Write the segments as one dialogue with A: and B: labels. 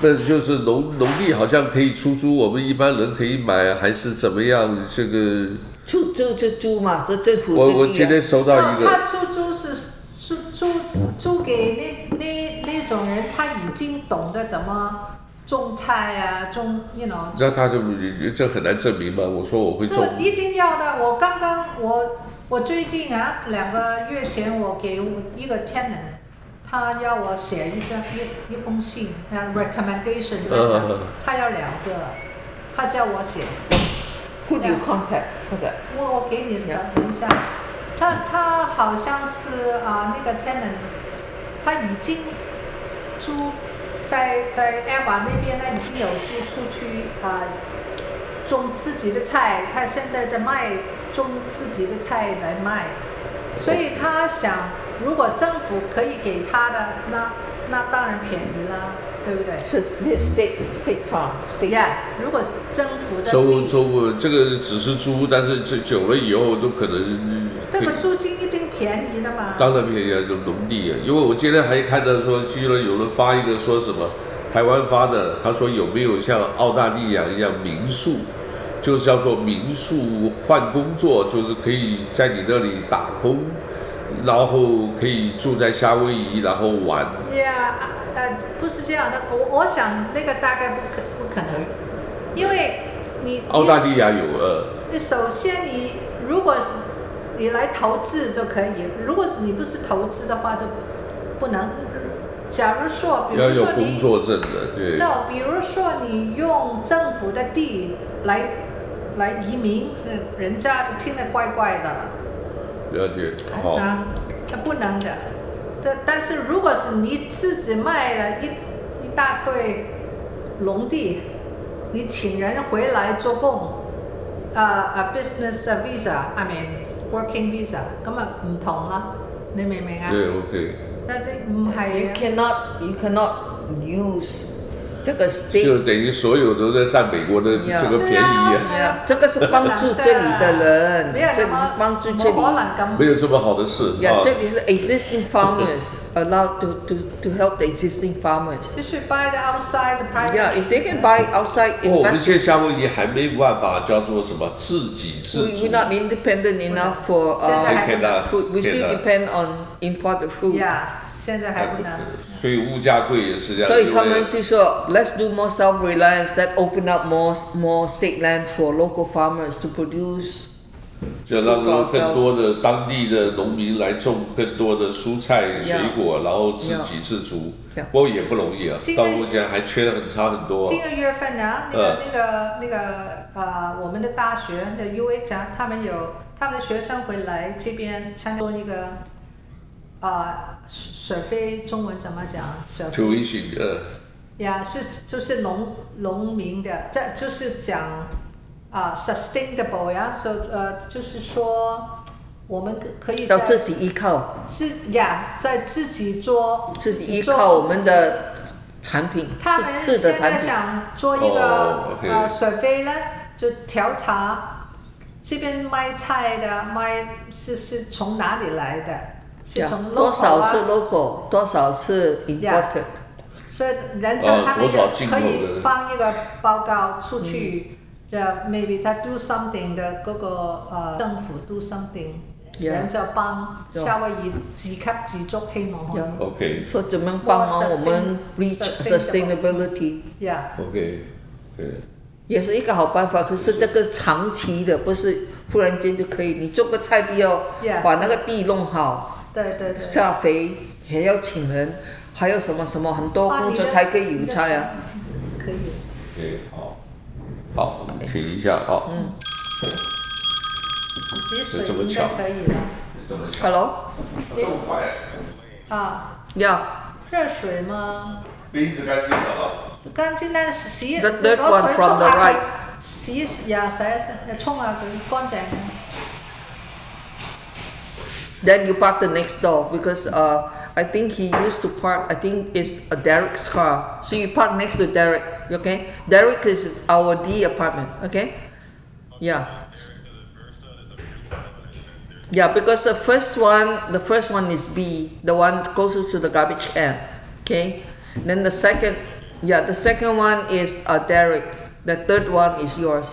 A: 那就是农农地好像可以出租，我们一般人可以买还是怎么样？这个
B: 出租就租嘛，这政府
A: 我
B: 这
A: 我
B: 地啊
A: 今天收到一
C: 那
A: 个，
C: 他出租是是租租给那那那种人，他已经懂得怎么种菜啊，种 you know，
A: 那他就这很难证明嘛。我说我会种，
C: 那一定要的。我刚刚我我最近啊，两个月前我给一个 tenant，他要我写一张一一封信，那 recommendation
A: 嗯嗯
C: letter，
A: 嗯
C: 他要两个，他叫我写，
B: Who do you contact for that？
C: 我我给你们等一下。他他好像是啊、那个 tenant，他已经租在在 Eva 那边呢，已经有租出去啊、种自己的菜，他现在在卖种自己的菜来卖，所以他想，如果政府可以给他的，那那当然便宜啦，对不对？
B: 是 state state farm state。
C: 呀，如果政府的
A: 收
C: 地，
A: 收这个只是租，但是这久了以后都可能
C: 那
A: 可以
C: 个租金一定便宜的嘛。
A: 当然便宜啊，有农地啊。因为我今天还看到说，居然有人发一个说什么台湾发的，他说有没有像澳大利亚一样民宿，就是叫做民宿换工作，就是可以在你那里打工，然后可以住在夏威夷，然后玩。
C: 哦呀，呃，不是这样的，我我想那个大概不可不可能，因为你
A: 澳大利亚有呃，
C: 你首先你如果是你来投资就可以，如果是你不是投资的话就不能。假如说，比
A: 要
C: 如
A: 有
C: 说
A: 工
C: 你，
A: 作证的，对。
C: 那比如说你用政府的地来来移民，是人家听得怪怪的。
A: 了解，好，
C: 啊，不能的。但但是如果是你自己卖了一一大堆农地，你请人回来做工，啊啊 business visa，I mean working visa，咁啊唔同啦，你明唔明啊？
A: 对，OK。
C: 但係啊唔
B: You
C: 係
B: cannot you cannot use 这个
A: 就
B: state。
A: 等于所有都在占美国的
B: 呀
A: 这个便宜啊，
B: 呀，这个是帮助这里的人，
C: 没有
B: 这
C: 什
B: 里
C: 么
B: 帮助这里
C: 冇。可能咁
A: 没有这么好的事啊
B: Yeah,。这里是 existing farmers allowed to, to, to help the existing farmers.
C: 必須 buy the outside private
B: Yeah, if they can buy outside
A: 我们现
B: investors,
A: 在夏威夷还没办法叫做什么自给自
B: we,
A: 足
B: we're，not independent enough for
C: 现在
B: uh,
C: 还不能
B: food. We still depend on imported food.
C: Yeah，現在還不能。
A: 所以物价贵也是这样。
B: 所以
A: 因为
B: 他们就说，Let's do more self-reliance. That open up more more state land for local farmers to produce.
A: 就让更多的当地的农民来种更多的蔬菜、
B: Yeah
A: 水果，然后自给自足
B: Yeah。
A: 不过也不容易啊
C: 今，
A: 到
C: 天
A: 目前还缺的很差很多啊。
C: 这个月份呢，那个、那个那个呃，我们的大学的 UH 啊，他们有他们的学生回来这边参加一个呃水飞中文怎么讲？水
A: 就一起呃，
C: 呀，是就是农农民的，这就是讲啊、sustainable 呀，说呃就是说我们可可以
B: 要
C: 在
B: 自己依靠，
C: 自呀在自己做
B: 自己依
C: 做
B: 靠我
C: 自
B: 们
C: 己
B: 的产品，
C: 他们
B: 自制的
C: 现
B: 产
C: 在
B: 品。
C: 想做一个、
A: 哦，OK
C: 呃水飞呢，就调查这边卖菜的卖是是从哪里来的，是
B: Yeah，
C: 从 local
B: 多少
C: 啊
B: 是 local，多少是 imported。
C: 所以人家他们
A: 哦多少
C: 也
A: 进口
C: 可
A: 的
C: 以放一个报告出去，
B: 嗯
C: 呃、maybe 他 do something 的嗰、个呃政府 do something，、
B: Yeah
C: 人就帮
B: Yeah
C: 夏威夷自给自足，希望可以
B: Yeah
A: OK
B: 说怎么帮忙
C: More
B: 我
C: sustain-
B: 们 reach
C: sustainable
B: sustainability，
C: ，yeah。
A: OK，对，
B: 也是一个好办法。可是这个长期的，不是忽然间就可以。你种个菜地哦
C: Yeah
B: 把那个地弄好，
C: 对对对，
B: 下肥还要请人，还有什么什么很多
C: 啊
B: 工
C: 你
B: 作
C: 的
B: 才可以有菜啊。，
C: 你的可以。
A: 对，好，好，我们停一下啊。嗯。
C: 你水
A: 这么
C: 应
A: 巧
C: 该可以的
B: Hello，
A: 这么快，
C: 啊，
B: yeah，
C: 热水吗？
A: 杯子干净了啊。
C: 干净但是洗，
B: The
C: 攞水
B: third one from
C: 沖
B: the
C: 下佢
B: right.，
C: 洗呀洗呀洗，沖下佢乾淨嘅。
B: Then you park the next door because uh, I think he used to park. I think it's a Derek's car. So you park next to Derek. Okay. Derek is our D apartment. Okay. Yeah. Yeah, because the first one, the first one is B, the one closest to the garbage can. Okay. Then the second Yeah, the second one is uh, Derek. The third one is yours.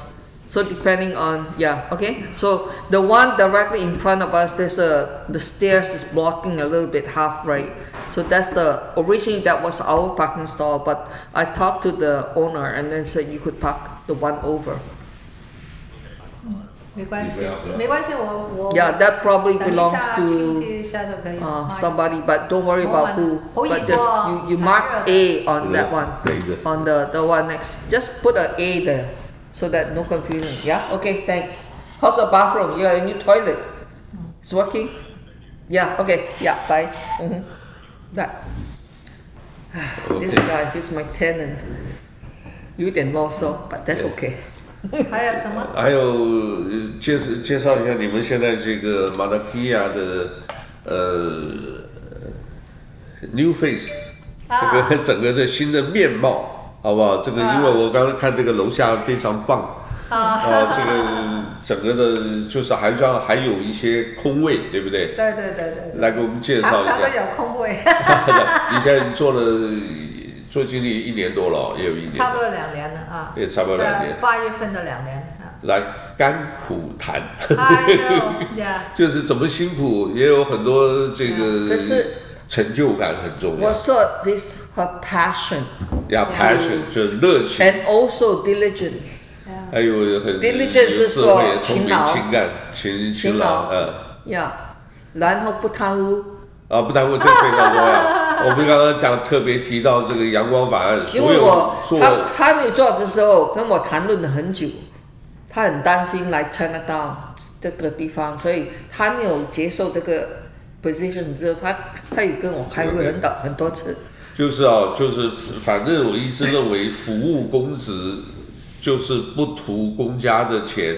B: So depending on yeah, okay. So the one directly in front of us, there's a the stairs is blocking a little bit half right. So that's the originally that was our parking stall, but I talked to the owner and then said you could park the one over.
C: 没关系
A: 你不要喝，
C: 没关系，我我
B: Yeah, that probably
C: 等一
B: belongs
C: 下清
B: to
C: 洁一下就可以了。
B: uh,
C: 啊
B: somebody, but don't worry about who. But just you, you mark A on that one.
A: 等一个。
B: on the the one next. Just put an A there, so that no confusion. Yeah. Okay. Thanks. How's the bathroom? You got a new toilet. It's working. Yeah. Okay. Yeah. Bye. Mm-hmm. That. This
A: Okay.
B: guy, he's my tenant. 有点啰嗦 but that's okay.
C: 还有什么？
A: 还有呃介绍介绍一下你们现在这个马达基亚的呃 new face，、
C: 啊
A: 这个 整个的新的面貌，好不好？这个因为我刚刚看这个楼下非常棒。 啊，这个整个的，就是还让还有一些空位，对不对？
C: 对对对对
A: 来给我们介
C: 对，常
A: 绍一
C: 常会
A: 下。
C: 有空位，
A: 你现在做了做经理一年多了，也有一年了，
C: 差不多两年了啊。
A: 也差不多两年
C: 对。八月份的两年啊。 哎
A: 来甘苦谈。
C: I know, yeah.
A: 就是怎么辛苦，也有很多这个
B: 嗯可是
A: 成就感很重要
B: 我说 this her passion
A: 呀，passion
B: 嗯
A: 就是热情，
B: and also diligence.
A: 还有很
B: diligence
A: 有智
B: 是说
A: 慧、聪
B: 勤
A: 明、
B: 劳
A: 情感、勤勤劳，
B: 勤劳
A: 嗯，
B: Yeah. 然后不贪污。
A: 啊，不耽误这个非常重 要。我们刚刚讲特别提到这个阳光法案，
B: 因
A: 所
B: 为
A: 有
B: 我
A: 所有
B: 他他没有做的时候跟我谈论了很久，他很担心来 Chinatown 这个地方，所以他没有接受这个 position 之后，他他也跟我开会很多很多次。
A: 就是啊，就是反正我一直认为服务公职就是不图公家的钱，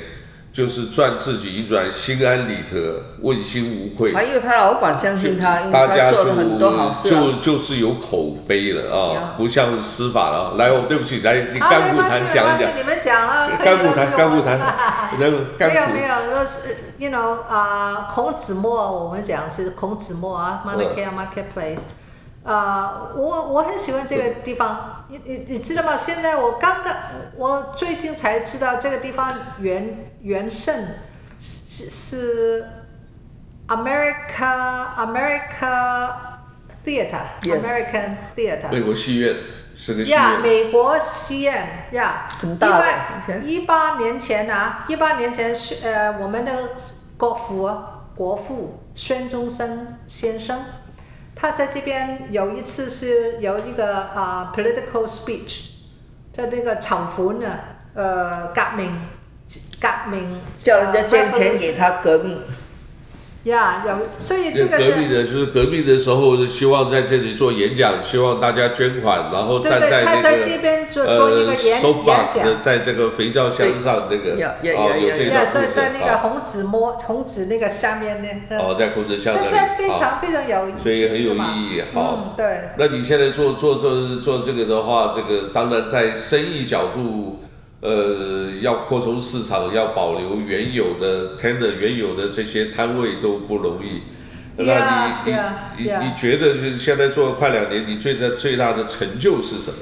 A: 就是赚自己一转心安理得、问心无愧。
B: 还有他老板相信他，因为
A: 大
B: 他
A: 家
B: 做
A: 就
B: 了很多好事、
A: 就
B: 啊。
A: 就是有口碑了啊
B: 呀，
A: 不像司法了。来，我们对不起，来你
C: 好
A: 甘
C: 啊没
A: 苦
C: 关系
A: 谈讲
C: 没
A: 一讲
C: 关系，你们讲了，可以
A: 甘苦
C: 了
A: 谈，
C: 不
A: 甘
C: 用了
A: 苦谈，那个甘
C: 没有没
A: 苦，
C: 有，那是 you know 啊、孔子墨，我们讲是孔子墨啊 m a r k e t Marketplace。啊、我我很喜欢这个地方，你你你知道吗？现在我刚刚，我最近才知道这个地方原原盛是是是 America America Theater
B: Yes.
C: American Theater。
A: 美国戏院是个戏
C: 呀，
A: 院，
C: 美国西院呀，
B: 很大的，OK
C: 一八年前啊，一八年前是呃，我们的国父国父孙中山先生，他在这边有一次是有一个啊、political speech，在那个厂房呢，呃，革命革命
B: 叫人家捐钱给他革命，
C: 呀，有，所以这个
A: 革命
C: 是。
A: 的就是革命的时候，希望在这里做演讲，希望大家捐款，然后
C: 对
A: 站
C: 对
A: 在
C: 他
A: 那
C: 在这边
A: 个
C: 做做一个
A: 呃
C: 演
A: 手把
C: 演讲
A: 的在这个肥皂箱上那个
B: 对呀呀
A: 哦
B: 呀
A: 有
B: 呀
A: 这
B: 呀
A: 道
C: 呀，
A: 故
C: 在
A: 事
C: 在那个
A: 啊
C: 红纸摸红纸那个下面呢，嗯
A: 哦，在控制箱
C: 这
A: 那
C: 这非
A: 里，好，
C: 常非常有意思嘛，
A: 所以很有意义，好。
C: 嗯，对，
A: 那你现在做做做做这个的话，这个当然在生意角度，呃，要扩充市场，要保留原有的 tender 原有的这些摊位都不容易。那
C: Yeah,
A: 你你
C: yeah,
A: 你
C: yeah.
A: 你觉得就是现在做了快两年，你最大最大的成就是什么？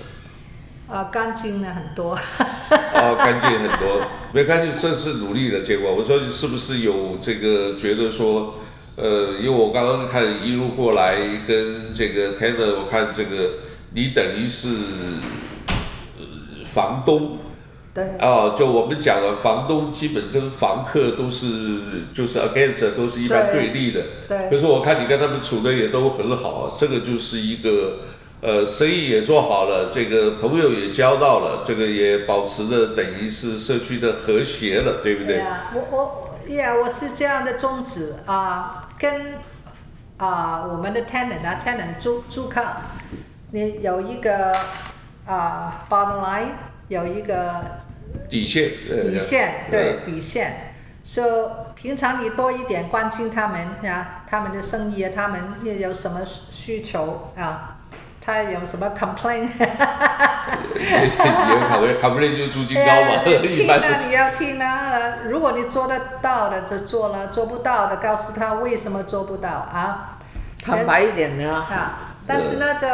C: 啊，干净了很多，
A: 哦，干净很多，没有干净，这是努力的结果。我说你是不是有这个觉得说，呃，因为我刚刚看一路过来跟这个 Tanner，我看这个你等于是、呃房东
C: 对，
A: 啊、就我们讲了，房东基本跟房客都是就是 against 的都是一般
C: 对
A: 对立的。可
C: 对，啊
A: 是我看你跟他们处的也都很好，这个就是一个，呃，生意也做好了，这个朋友也交到了，这个也保持着等于是社区的和谐了，对不对？
C: 呀，我我呀，我是这样的宗旨啊，跟啊我们的 tenant 啊 tenant 租租客，你有一个啊 bottom line，有一个
A: 底线，呃
C: 底线，对
A: 呃
C: 底线。so, 平常你多一点关心他们呀、他们的生意啊，他们也有什么需求啊，他有什么 complaint，
A: 也呃也考虑考虑就租金高嘛，
C: 哎你
A: 一
C: 听啊
A: 般，
C: 你要听啊。呃如果你做得到的就做了，做不到的告诉他为什么做不到啊。啊
B: 坦白一点呢、
C: 啊，但是呢，就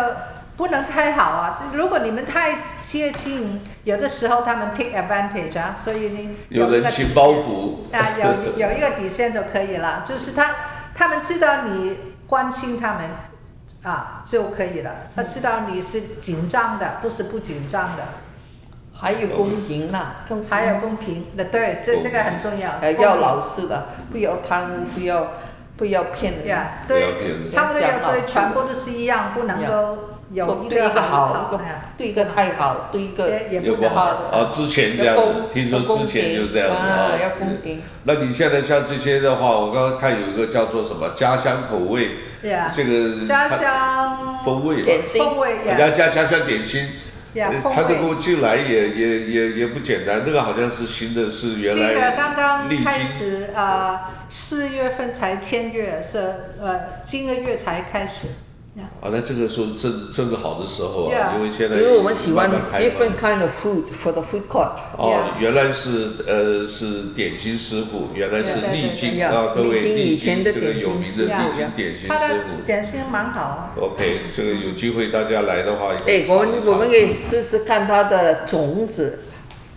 C: 不能太好啊！就如果你们太接近，有的时候他们 take advantage 啊，所以你
A: 有
C: 一个
A: 人
C: 底
A: 请
C: 线
A: 包袱，
C: 啊，有有一个底线就可以了，就是他他们知道你关心他们啊就可以了，他知道你是紧张的，不是不紧张的，
B: 还有公平啦，公
C: 还有公平的，对，这这个很重要。
B: 呃要老实的，不要贪污，不要不要骗人。
C: 呀，
A: 不要
C: 对，
A: 骗人
C: 差不多
B: 讲
C: 要
B: 老
C: 对
B: 实
C: 全部都是一样，不能
B: 呀
C: 够有
B: 说
C: 一
B: 对一个
C: 好
B: 好，一个
C: 哎呀
B: 对一个太好，对一个
C: 也 也
A: 有
C: 不
A: 不
C: 能
A: 好
B: 好
C: 好。
A: 啊，之前这
B: 要
A: 样子
B: 公，，
A: 听说
B: 要公
A: 之前
B: 平
A: 就这样子
B: 啊
A: 啊，
B: 要公平。
A: 那你现在像这些的话，我刚刚看有一个叫做什么家乡口味，
C: 对呀，
A: 这个
C: 家
A: 它
C: 乡
A: 风味吧，
B: 点心
C: 风味
A: 嗯人家
C: 呀
A: 家家乡点心，
C: 呀
A: 呃，
C: 风
A: 他能
C: 味。
A: 够进来也也也也不简单，那个好像是新的，是原
C: 新的
A: 来
C: 刚刚
A: 历
C: 开
A: 经
C: 始，呃，四月份才签约，是呃，今个月才开始。
A: 啊，那这个时候正正个好的时候啊，
C: Yeah
A: 因为现在
B: 因为我们喜欢
A: 慢慢开放
B: different kind of food for the food court。
A: 哦，原来是呃是点心师傅，原来是丽晶啊，各
B: 对对对
A: 位丽
B: 丽晶以前
A: 晶
B: 的
A: 这个
B: 点心
A: 有名的
C: 师
A: 丽
C: 傅
A: 晶点心
C: 他
A: 师
C: 的
A: 傅。
C: 点心蛮好啊，
A: OK，这个有机会大家来的话，
B: 哎，我们我们可
A: 给
B: 以试试看它的种子，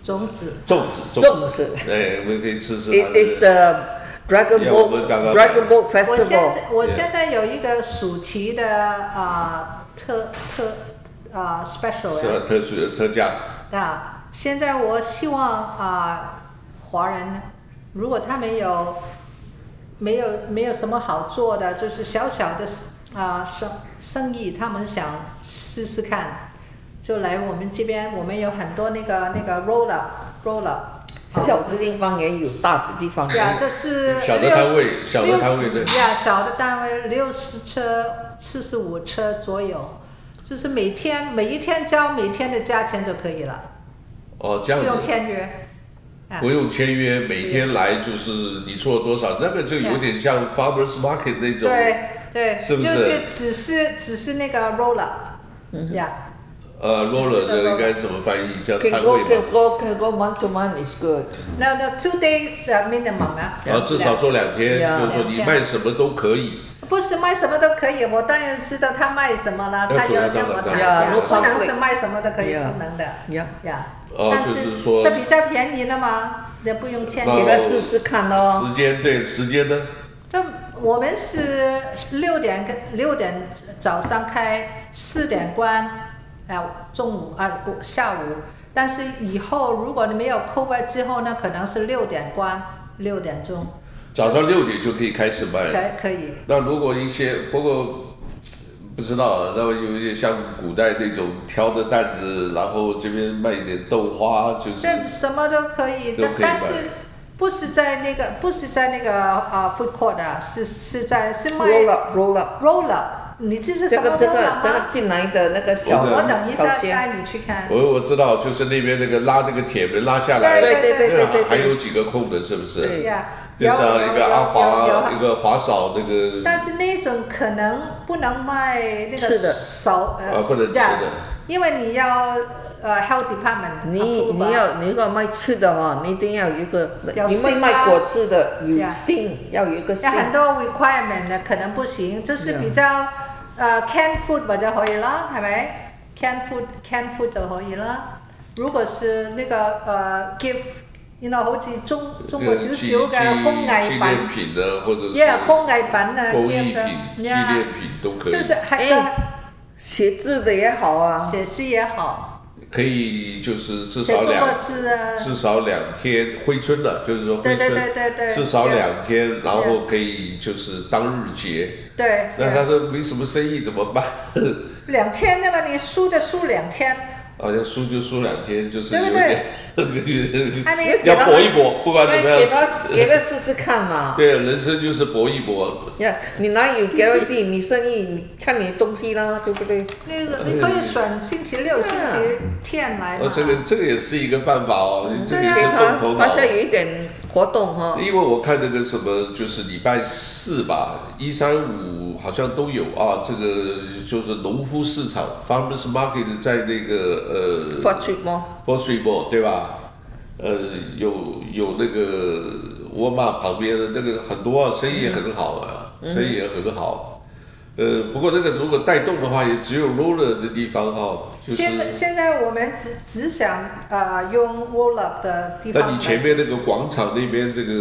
C: 种子
A: 粽子，
B: 粽哎子。
A: 哎，我们可以吃吃它
B: It is
A: 的
B: the Dragon
A: Yeah,
B: Boat
A: 我们刚刚
B: Dragon Boat
C: 我现
B: Festival。
C: 在我
A: Yeah
C: 现在有一个暑期的啊、呃特特啊、呃 special
A: 是
C: 呀
A: 吧特殊的特价，
C: 啊，现在我希望啊、华人如果他们有没有没有什么好做的，就是小小的啊、生生意，他们想试试看，就来我们这边，我们有很多那个那个 roller roller。
B: 小的地方也有，大的地方也
C: 呀，
B: 有。
C: 这是
A: 小的单位小的单位对
C: 呀，小的单位六十车、四十五车左右，就是每天每一天交每天的价钱就可以了，
A: 哦，这
C: 不
A: 样
C: 用
A: 子。
C: 签约。啊
A: 不用签约，每天来就是你做多少，那个就有点像 farmers market 那种，
C: 对对，
A: 是不是
C: 就是只是只是那个
A: 嗯
C: roller，呀，
A: 呃，roller
C: 是
A: 的
C: 的
A: 应该怎么翻译？叫
B: Can
A: 摊
B: go,
A: 位
B: can
A: 吧，
B: go, can go. One to one is good.
C: 那那 two days 呃 minimum 啊，
A: 然嗯哦后至少做两天，
B: Yeah
A: 就是说你卖什么都可以，
C: 不是卖什么都可以，我当然知道他卖什么了，
A: 要
C: 他
A: 主要
C: 要让
A: 当
C: 我
A: 然
B: 当然
C: 打，不能
B: Yeah，no
C: 是卖什么都可以，
B: conflict
C: 不能的。
B: Yeah.
C: 呀，
A: 哦
C: 但
A: 就是说
C: 这比较便宜了嘛，也不用签
A: 那
B: 你
C: 约。
B: 来试试看哦咯。
C: 哦
A: 时间对时间呢？
C: 这我们是六点跟六点早上开，四点关，哎、中午啊、不下午。但是以后如果你没有扣外之后呢，可能是六点关，六点钟
A: 早上六点就可以开始卖，
C: 可可以。
A: 那如果一些不过不知道啊，那么有一些像古代那种挑的担子，然后这边卖一点豆花，就是
C: 这什么都可以，
A: 都
C: 但
A: 可以
C: 但
A: 吧
C: 是不是在那个不是在那个啊、food court 啊，是是在是卖
B: Roll up, roll up。
C: roller，你这是
B: 这
C: 什么
B: 个
C: roller 吗？
B: 这个这个进来的那个小
A: 这个
C: 我等一下
B: 小街
C: 带你去看。
A: 我我知道，就是那边那个拉那个铁门拉下来，
C: 对对对
A: 那
B: 对对对
A: 啊还有几个空的，是不是？
B: 对
C: 呀，
A: 就
C: 有
A: 像
C: 有
A: 一个阿
C: 有
A: 华，一
C: 有，
A: 个华嫂那个
C: 但是那种可能不能卖那
B: 吃
C: 个
B: 的
C: 熟
A: 啊
C: 呃，
A: 不能吃
C: 呀
A: 的，
C: 因为你要呃 health department，
B: 你
C: approve 啊
B: 你要你如果卖吃的哈，你一定要有一个，
C: 有
B: 你卖
C: 信
B: 卖
C: 啊
B: 果汁的有
C: Yeah
B: 信，要有一个信
C: 有。很多 requirement 的可能不行，就是比较呃 canned food 吧就可以了，系咪？canned food canned food 就可以了。如果是那個呃 gift，you know 好似中中
A: 那
C: 國
A: 個
C: 少
A: 纪
C: 少嘅工藝
A: 纪纪念
C: 品
A: 品的，或者是
C: ，yeah 工藝品啊
A: 工艺品、纪
C: gift 啊
A: 念品都可以
C: 就，是
B: 哎
C: 係真。
B: 写字的也好啊，
C: 写字也好，
A: 可以就是至
C: 写
A: 少
C: 中国
A: 两
C: 字啊，
A: 至少两天回春了，就是说回
C: 对对对
A: 春
C: 对对，
A: 至少两天，然后可以就是当日结。
C: 对
A: 那
C: 对
A: 他说没什么生意怎么办？
C: 两天，那么你输就输两天，
A: 好像输就输两天，就是
C: 对
A: 有
C: 不
A: 点就是
C: 还没
B: 给
A: 要
B: 他
A: 搏一搏，不管怎么
B: 给
A: 样。
B: 他给他试试看 嘛。
A: 对，人生就是搏一搏。
B: 呀，你哪有 guarantee？你生意你看你东西啦，对不对？
C: 那个你可以选星期六、星期天来
A: 哦
C: 嘛，。
A: 这个这个也是一个办法哦，这个也
B: 给
A: 是
B: 啊他
A: 动头脑
B: 大。家有一点活动哦哈。
A: 哦因为我看那个什么，就是礼拜四吧，一三五好像都有啊。这个就是农夫市场 （farmers market） 在那个呃
B: f o r t u n e 吗？
A: f o r s t r e e m a 对吧？呃，有有那个沃尔玛旁边的那个很多啊，生意也很好啊，生意也很好。呃，不过那个如果带动的话，也只有 roller 的地方哦，就是
C: 现在现在我们只只想呃用 wall up 的地
A: 那
C: 方
A: 你
C: 来
A: 前面那个广场那边这个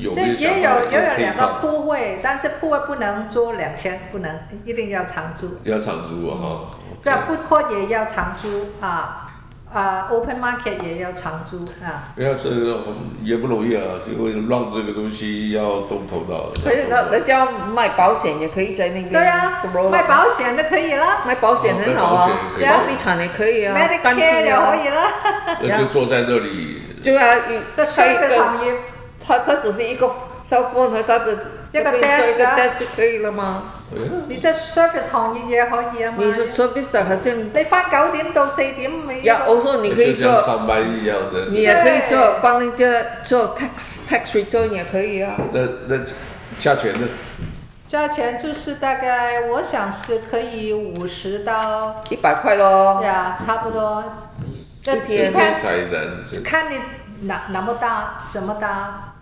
A: 有没
C: 对，
A: 有想
C: 也
A: 法
C: 有也有
A: 可以
C: 两个
A: 放
C: 铺位，但是铺位不能租两天，不能一定要长租。
A: 要长租啊哈。
C: 对，food court 也要长租啊，啊，open market 也要长租啊。
A: 不要这个也不容易啊，因为让这个东西要动头脑。
B: 所以呢，人家卖保险也可以在那
A: 嗯
B: 边。
C: 对啊
B: roll，up
C: 卖保险的可以了
B: 卖保险很好
A: 哦
B: 啊，
A: 卖保险也可以
B: 房地产也可以啊，
C: ，Medicare
B: 单机
C: 也可
B: 啊，
C: 以了，
A: 那就坐在那里，
B: 对啊，一
C: 这
B: 它
C: 新
B: 一
C: 的
B: 个，
C: 产业。
B: 它它只是一个 cell phone 和它的
C: 一个
B: 这边做一个
C: desk 啊
B: desk 就可以了嘛。
A: 哎
C: 你在 service 行业也可以啊嘛
B: 你。说 service 的好像，
C: 你翻九點到四點，你
B: 呀，我说你可以
A: 就像
B: 做，
A: 上班一样的。
B: 你也可以做
C: 对
B: 帮人家做 tax tax return 也可以啊。
A: 那那价钱呢？
C: 价钱就是大概，我想是可以五十到
B: 一百块咯，
C: 呀，差不多。这
B: 一天
C: 看
A: 台南这
C: 看你哪那么大，怎么大，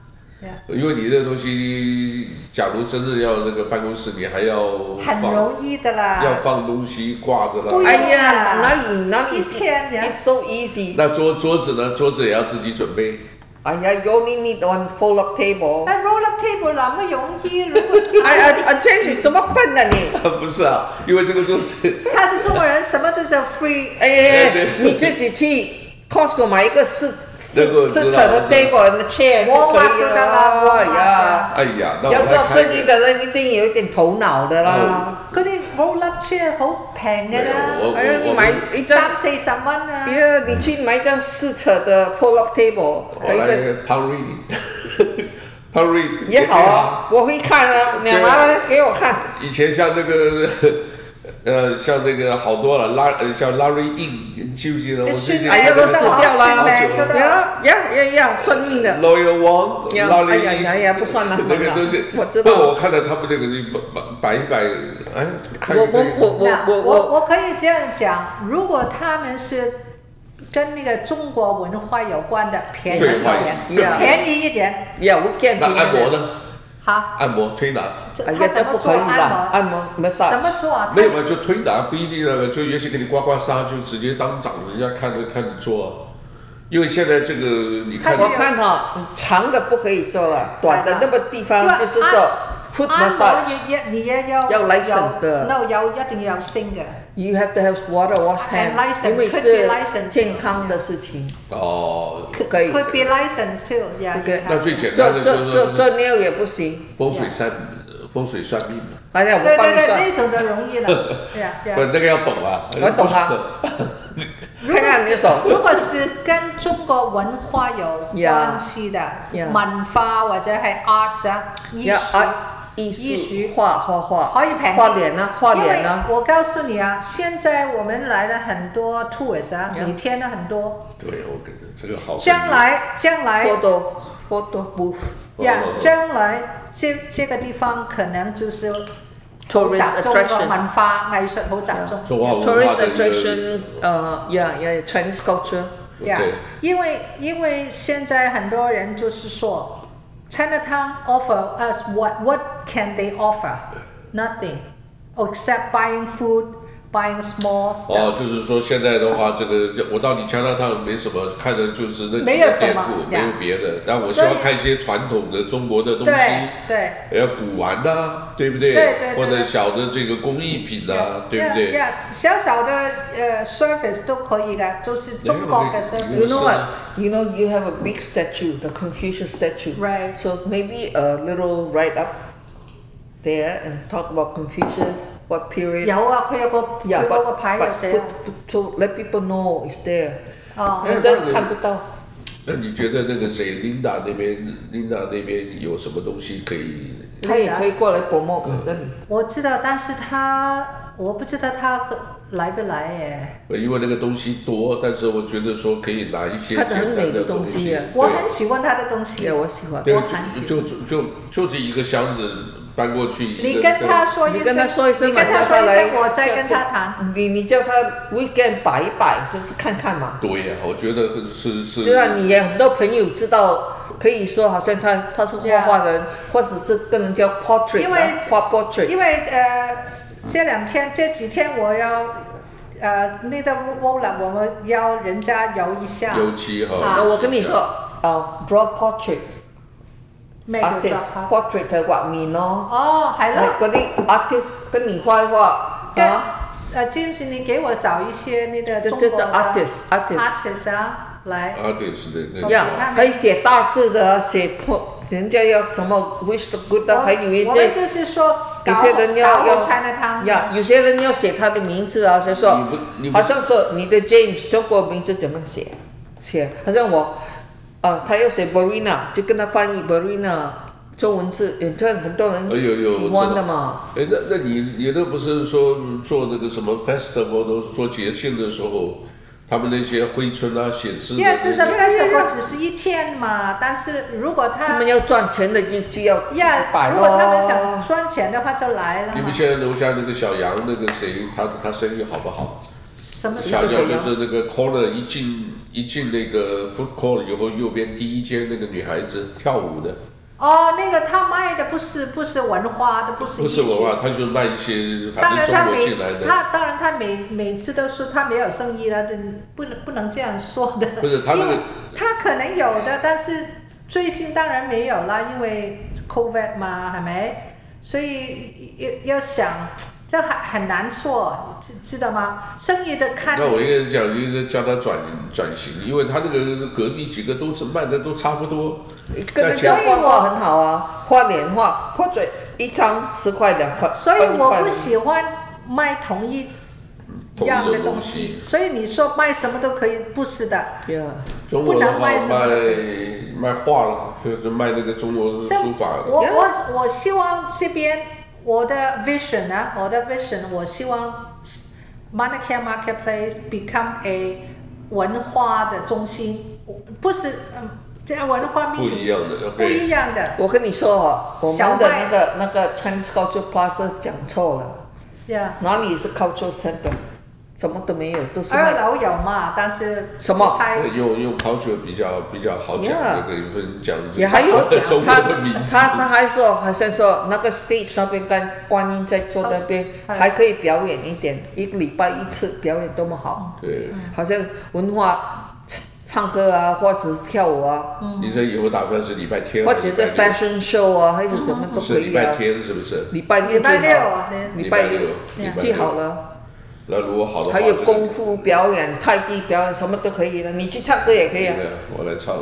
C: 呀，
A: 因为你那东西，假如真的要那个办公室，你还要
C: 很
A: 放
C: 容易的
A: 要
C: 啦。
A: 放东西挂着
C: 不
A: 啦。
C: 用
B: 哎呀，哪里哪里
C: 一天呀
B: i t s so easy。
A: 那桌桌子呢？桌子也要自己准备。
B: 哎呀，you only need one fold up table。
C: 那哎 roll up table 那么容易，如果
B: 哎哎哎，这你怎么办呢你？
A: 不是啊，因为这个就是
C: 他是中国人，什么都是 free。
B: 哎哎哎
A: 对，
B: 你自己去 Costco 买一个四
A: 这个我
B: 四
A: 知道
B: 四尺的
A: 我知道
B: table and chair 就可以
C: 我买的啦我
B: 了。
C: 买
B: 哎
C: 的
B: 呀，
A: 哎呀，那我
B: 要
A: 来
B: 做生
A: 开
B: 意
A: 个。哦
B: 的人一定有一点头脑的啦。
C: 啊嗰啲 roll up chair 好平
A: 没
C: 㗎
A: 有，我
C: 啦，
B: 哎呀，
A: 我
B: 你
A: 我
B: 买
A: 不
B: 一张
C: 三，四十蚊啊。
B: 哎呀，你去买一张四尺的 fold up table，
A: 我
B: 一个
A: 哦来潘瑞，潘瑞
B: 也好。啊，我会看啊，你
A: 对
B: 拿来给我看。
A: 以前像那个，呃，像那个好多了，拉呃叫 Larry In，你记不记得？我最近
B: 哎呀，
A: 看
B: 都
A: 那
B: 死
A: 个
B: 掉
A: 好
B: 了，
A: 久了
B: 呀呀呀呀，算命的。
A: ，Lawyer Wong，
B: 呀
A: Larry
B: 哎呀呀
A: In，
B: 呀，不算了，
A: 那个
B: 算
A: 都
B: 了
A: 是。
B: 我知
A: 不，
B: 道。
A: 我看到他们那个摆一摆，哎，看
B: 我
A: 一看
B: 我我
C: 那
B: 我
C: 我
B: 我
C: 我可以这样讲，如果他们是跟那个中国文化有关的，便宜
A: 最
C: 一
A: 快
C: 点，
B: 对啊
C: 便宜一点，
B: 呀，我见
A: 那按摩呢？
C: 好，
A: 按摩推拿
C: 这
B: 哎
C: 他
B: 啊呀，这
C: 怎么
B: 不
C: 做
B: 可以
C: 按
B: 啦，
C: 摩？
B: 按摩没事。
C: 怎么做啊？
A: 没有嘛，就推拿不一定那个，就也许给你刮刮痧，就直接当场人家看着看你做啊。因为现在这个你看
C: 看
B: 我看哈，长的不可以做了，短的那么地方就是做 foot
C: 啊按
B: massage。
C: 摩也也你也要
B: 要 license 的
C: n o 有一定要升的，
B: You have to have water wash
C: And
B: hand，
C: license，
B: 因为
C: could
B: 是
C: be licensed
B: 健康的事情，
A: 哦，
B: 不可以。
C: could be licensed too，yeah，
B: Okay，
A: 那最简
B: 做
A: 单的
B: 做
A: 就
B: 做
A: 是
B: 做 nail 也不行。
A: 风水算风水算命嘛，
B: 哎呀，
C: 对
B: 我帮
C: 对
B: 你算
C: 对，。那种的容易 了，yeah
A: 不
C: yeah。
A: 那个要懂啊，
B: 我懂啊
C: 如果
B: 看看你的
C: 是
B: 手
C: 如果是跟中國文化有
B: Yeah.
C: 關係的
B: Yeah.
C: 文化或者係 art 啊藝
B: 要
C: 術，
B: 啊，艺术
C: 藝術
B: 画画画，
C: 可以平啲
B: 画脸呢，画
C: 因
B: 脸
C: 為
B: 呢，
C: 我告訴你啊，現在我們來了很多 tours 啊
B: Yeah.
C: 每天呢很多，
A: 对，我感觉这个好。
C: 將來將來
B: 画多画多不
C: 呀
A: 哦，
C: 將來這這個地方可能就是好集
B: tourist
C: 中個
B: attraction。
C: 文化藝術好集中。
A: 中华文化
B: tourist
A: 的一个
B: attraction，呃，yeah yeah Chinese culture，
C: 呀
A: 对，
C: 因为因为现在很多人就是说，Chinatown offer us what what can they offer? Nothing, Oh, except buying food, buying small
A: 哦
C: stuff.，
A: 就是说现在的话，这个我到你加拿大没什么看的，就是那几
C: 没有
A: 个
C: 什
A: 店
C: 么
A: 铺，没
C: 呀
A: 有别的。但我希
C: 所以
A: 望看一些传统的中国的东
C: 对
A: 西。
C: 对
A: 还有古玩呐、啊对不对？
C: 对对对
A: 或者小的这个工艺品呐、啊对不对？
C: 呀，小小的呃 service 都可以的，就是中国的
A: 没有没有
B: You
C: service。
B: know what? You know you have a big statue, the Confucius statue.
C: Right.
B: So maybe a little write up there and talk about Confucius, what period.
C: 有啊，佢有個佢
B: Yeah,
C: 有
B: but,
C: 個牌有
B: but
C: 寫
B: put, put, so let people know it's there.
C: 哦。
B: 哎
A: 那那个-
B: 人家看不到。
A: 那你觉得那个谁，Linda 那边，Linda 那边有什么东西可以？
C: 可以啊。
B: 他也可以过来 promote 跟你。
C: 我知道，但是他我不知道他来不来耶。
A: 呃因为那个东西多，但是我觉得说可以拿一些
B: 它
A: 简
B: 的很
A: 单
B: 美的
A: 东
B: 东西啊
C: 我很喜欢他的东
B: 嗯
C: 西。
B: Yeah，我喜欢。
A: 对，
C: 我很
A: 对
C: 喜
A: 就就就就就这一个箱子搬过去。一
C: 你
A: 个
C: 跟他说一声，
B: 你跟他说一声，
C: 你跟他
B: 买
C: 说
B: 到
C: 一
B: 来
C: 声，我再跟他谈。。
B: 你你叫他 weekend 摆一摆，就是看看嘛。
A: 对呀、我觉得是是。
B: 就让你也很多朋友知道，可以说好像他他是画画人，或者是跟人家 portrait
C: 因为
B: 啊画 portrait。
C: 因为呃，这两天这几天我要，呃，那个 w o l 我们要人家摇一下，
A: 油漆哈。
C: 啊
B: 那我跟你说，啊，draw portrait
C: 咩叫做
B: artist
C: 啊
B: portrait 係畫面咯，
C: 哦，係
B: 係
C: 啦。
B: 嗰啲 artist 跟你畫一畫
C: 跟
B: 啊，
C: 呃，James，你給我找一些那个
B: 對
C: 中
B: 對
C: 國
B: 對
C: 的
B: artist artist，
C: artist 啊，來，
A: 啊，对，是的，那个。
B: 呀，可以寫大字的，寫破，人家要什麼 wish the good 的，
C: 我
B: 還有一
C: 我
B: 些
C: 們就是說搞
B: 有些人要
C: 搞
B: 要
C: 我 China Town，
B: 呀，有些人要写他的名字啊，就说
A: 你不你不
B: 好像说你的 James 中国名字怎么写？写好像我，啊，他要写 Barina，就跟他翻译 Barina 中文字，也这很多人
A: 哎呦呦
B: 喜欢的嘛。
A: 哎，那那你你那不是说嗯做那个什么 festival 都是做节庆的时候，他们那些挥春啊、写字的
C: 因为
A: 那
C: 就是
B: 嗯
A: 些，
C: festival 只是一天嘛，但是如果
B: 他
C: 他
B: 们要赚钱的就就要
C: 呀，
B: 摆
C: 如果他们
B: 咯
C: 想。赚钱的話就來了
A: 你
C: 嘛
A: 们，现在楼下那个小杨那个谁，他他生意好不好？
C: 什麼
A: 小
B: 是谁
A: 杨
B: 呀
A: 就是那个 corner 一进一进那个 food court 以后，右边第一间那个女孩子跳舞的，
C: 哦，那個他賣的不是不是文化的，不是
A: 不是
C: 藝術
A: 我吧？他就卖一些反
C: 当然
A: 正啊中
C: 他
A: 国
C: 每
A: 进来的，
C: 他当然他每每次都说他没有生意了，不能不能这样说的。
A: 不是他那个
C: 因为他可能有的，但是最近当然没有啦，因为 COVID 嘛，还没，所以要要想，这很很难说，知知道吗？生意的看
A: 那我应该讲就是叫他转转型，因为他那个隔壁几个都是卖的都差不多。
B: 跟人家
A: 所
C: 以
B: 画
C: 我
B: 画很好啊，画脸画或者一张十块两块，
C: 所以
B: 二十
C: 我
B: 块
C: 不喜欢卖同一
A: 同
C: 样
A: 一
C: 的
A: 个
C: 东
A: 东西。
C: 所以你说卖什么都可以，不是的。
B: 呀，
A: 中国的
C: 不
A: 话
C: 能卖什么
A: 卖卖画了，就是卖那个中国
C: 这
A: 书法的。
C: 我我我希望这边我的 vision 呢，我的 vision，我希望 Manakya Marketplace become a 文化的中心，不是嗯，这样文化
A: 不
C: 密
A: 一样的，
C: 不一
A: 对，
C: 样的
B: 我跟你说哦，我
C: 小
B: 们的
C: 麦
B: 那个那个 Chinese Culture Plaza 讲错了。
C: 呀。
B: 哪里是 cultural center，什么都没有，都是
C: 二
B: 那
C: 楼有嘛，但是
B: 什么
C: 开
A: 用用 culture 比较比较好讲，
B: Yeah
A: 那个有人讲这个
B: 也还有
A: 中国
B: 讲他
A: 的名字，
B: 他他还说好像说那个 stage 那边跟观音在坐那边
C: 哦是
B: 还可以表演一点，一个礼拜一次表演多么好，
A: 对，
C: 嗯
B: 好像文化唱歌啊，或者跳舞啊，
A: 你这以后打算是礼拜天
B: 或
A: 还
B: 者
A: 是礼
B: 在
A: 拜
B: fashion show 啊，还是怎么
A: 六？
B: 都可
A: 是礼
B: 以
A: 拜
B: 啊。
A: 天是不是？
B: 礼拜六
C: 礼拜
B: 最
C: 六
B: 好，
C: 啊，那
B: 礼拜
A: 礼拜
B: 六啊
A: 六礼拜
B: 最好
A: 六
B: 了。
A: 那如果好的话，
B: 还有
A: 这个
B: 功夫表演、太极表演，什么都可以了。你去唱歌也可以啊
A: 对。的我来唱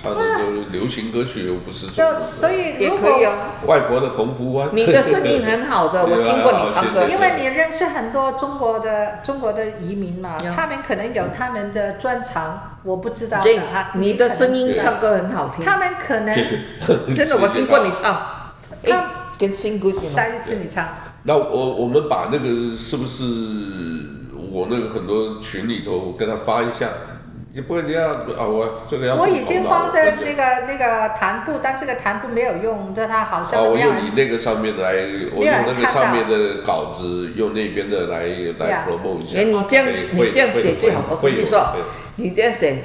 A: 唱的都是流行歌曲，又不是中
C: 就
A: 国
C: 所
A: 的。
C: 以
B: 也
C: 如
B: 可
C: 果
B: 以啊。
A: 外婆的啊澎湖湾，
B: 你的声 音很好的，我听过你唱歌
A: 对啊吧。
C: 因为你认识很多中国的中国的移民嘛，
B: Yeah
C: 他们可能有他们的专长，我不知道的
B: Jane，
C: 啊。
B: 你的声音
C: 可能知道
B: 唱歌很好听，
C: 他们可能
A: 这个
B: 真的我听过你唱，
C: 他
B: 哎，跟新歌一
C: 下
B: 样。
C: 一次你唱，
A: 那我我们把那个是不是我那个很多群里头，我跟他发一下，你不会这样啊？我这个要啊
C: 我已经放在那
A: 个
C: 个那个弹布，但这个弹布没有用，这它好
A: 啊，
C: 像
B: 哦
A: 我
C: 没有
A: 用
C: 人
A: 你那个上面来，我
C: 没有
A: 用
C: 人
A: 那个
C: 看到啊
A: 上面的稿子，用那边的来来
C: Yeah
A: promote 一下。
B: 哎，你这样
A: 哎
B: 你这样写最好。我跟你说，，你这样写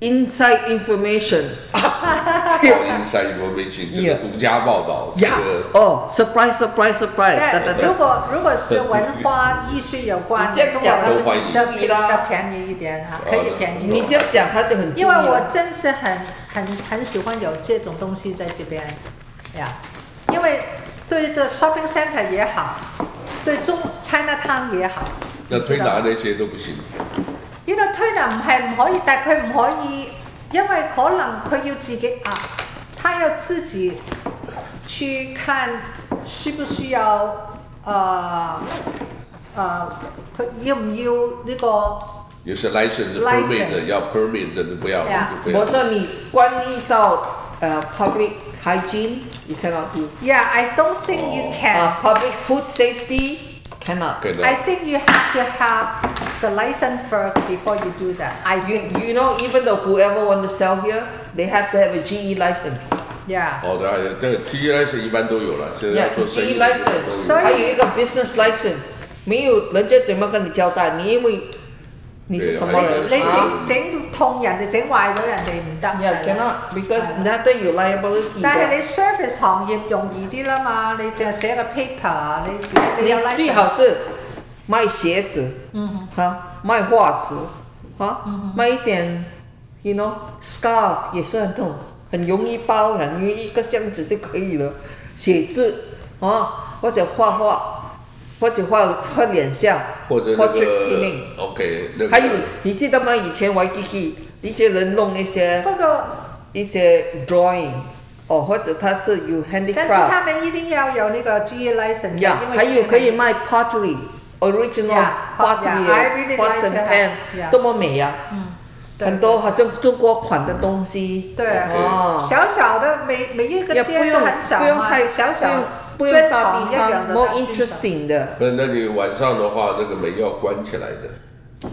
B: ，inside information，
A: 高三一波没请这个
B: Yeah
A: 独家报道，这
B: 呀
A: 个，
B: 哦，surprise Oh, surprise surprise，哒哒
C: 对，如
B: 哒。
C: 果如果是文化艺术有关，
B: 你这样讲
A: 他们
C: 中国
A: 就
C: 比
B: 注
C: 较
B: 意啦
C: 较便宜一点哈，可以便宜一
B: 你
C: 点。
B: 这样讲他就很注意啊
C: 因为我
B: 了。
C: 真是很很很喜欢有这种东西在这边呀，因为对这 shopping center 也好，对中 China Town 也好，
A: 那推拿那些都不行。
C: 呢個推拿唔係唔可以，但佢唔可以，因為可能佢要自己啊，他要自己去看需不需要呃呃，佢、要唔要呢、個
A: 有些 license
C: License
A: permit 的要 permit 的都不要
C: Yeah
A: 就不要
B: 我。说你关于到呃 uh, public hygiene，you cannot do。
C: ？Yeah，I don't think you can.
B: 啊，public food safety cannot。
A: 可以的
C: I think you have to have the license first before you do that.
B: I you, you know even though whoever want to sell here, they have to have a GE license.
C: Yeah.
A: 好的，哎对，T E license 一般都有了，现在
B: Yeah,
A: 要做生
B: GE
A: 意的人都有
B: license，
C: 所以
B: 还有一个 business license。没有人家怎么跟你交代？你因为你是
A: 对
B: 什么
A: 还有
B: 人
A: 一个是？
B: 啊
C: 你整整痛人哋整壞咗人哋唔得。
B: Yeah, cannot because
C: Yeah.
B: that day you liability.
C: 但係
B: 的
C: 你 service 行業容易啲啦嘛，你淨係寫個 paper，你你有
B: 你
C: license
B: 最好是卖鞋子，
C: 嗯
B: 哈，卖袜子，哈，卖一点，you know scarf 也是很懂，很容易包，很容易一个这样子就可以了。写字啊，或者画画，或者画画脸像，
A: 或者那
B: portrait
A: 个
B: painting
A: OK，那个
B: 还有，你记得吗？以前玩 Kiki，一些人弄一些
C: 不過，
B: 一些 drawing，哦，或者他是有
C: 但
B: handicraft
C: 是。他們一定要有呢個 GE license 嘅。
B: Yeah，
C: 因為
B: 还有可以
C: 佢哋
B: 卖 pottery original
C: Yeah，pot-
B: pottery
C: yeah，I really
B: pots
C: like
B: and
C: to
B: pan，
C: have，yeah
B: 多么美呀！
C: 嗯，對
B: 很多好像中国款的东西。
C: 對
B: 哦，
C: 小小的，每每一个
B: 也不
C: 店
B: 用
C: 都很小
B: 不用
C: 嘛，
B: 太
C: 小小
B: 不用不用
C: 遵
B: 大
C: 从
B: 地
C: 一樣
B: 方
C: 的
B: ，more
C: 大遵從
B: interesting 的。
A: 那那你晚上的话，那个门要关起来的。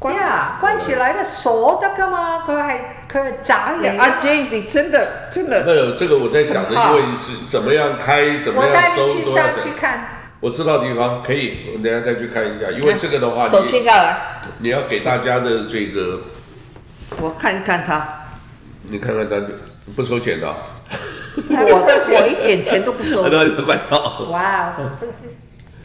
B: 关
C: Yeah，關起來嘅鎖得㗎嘛，佢係佢係砸
B: 哎
C: 人
B: 呀。阿 J，你真的真的，
A: 那有哎这个我在想的，
B: 很怕
A: 因为是怎么样开，怎么
C: 我帶你
A: 样收，
C: 去
A: 多少
C: 山區
A: 钱？
C: 看，
A: 我知道地方可以，我等一下再去看一下。因为这个的话，
B: 手
A: 你
B: 切下来，
A: 你要给大家的这个，
B: 我看一看他，
A: 你看看他不收钱的啊，
B: 我我一点钱都不收
A: 他。都要买到。
C: 哇，哦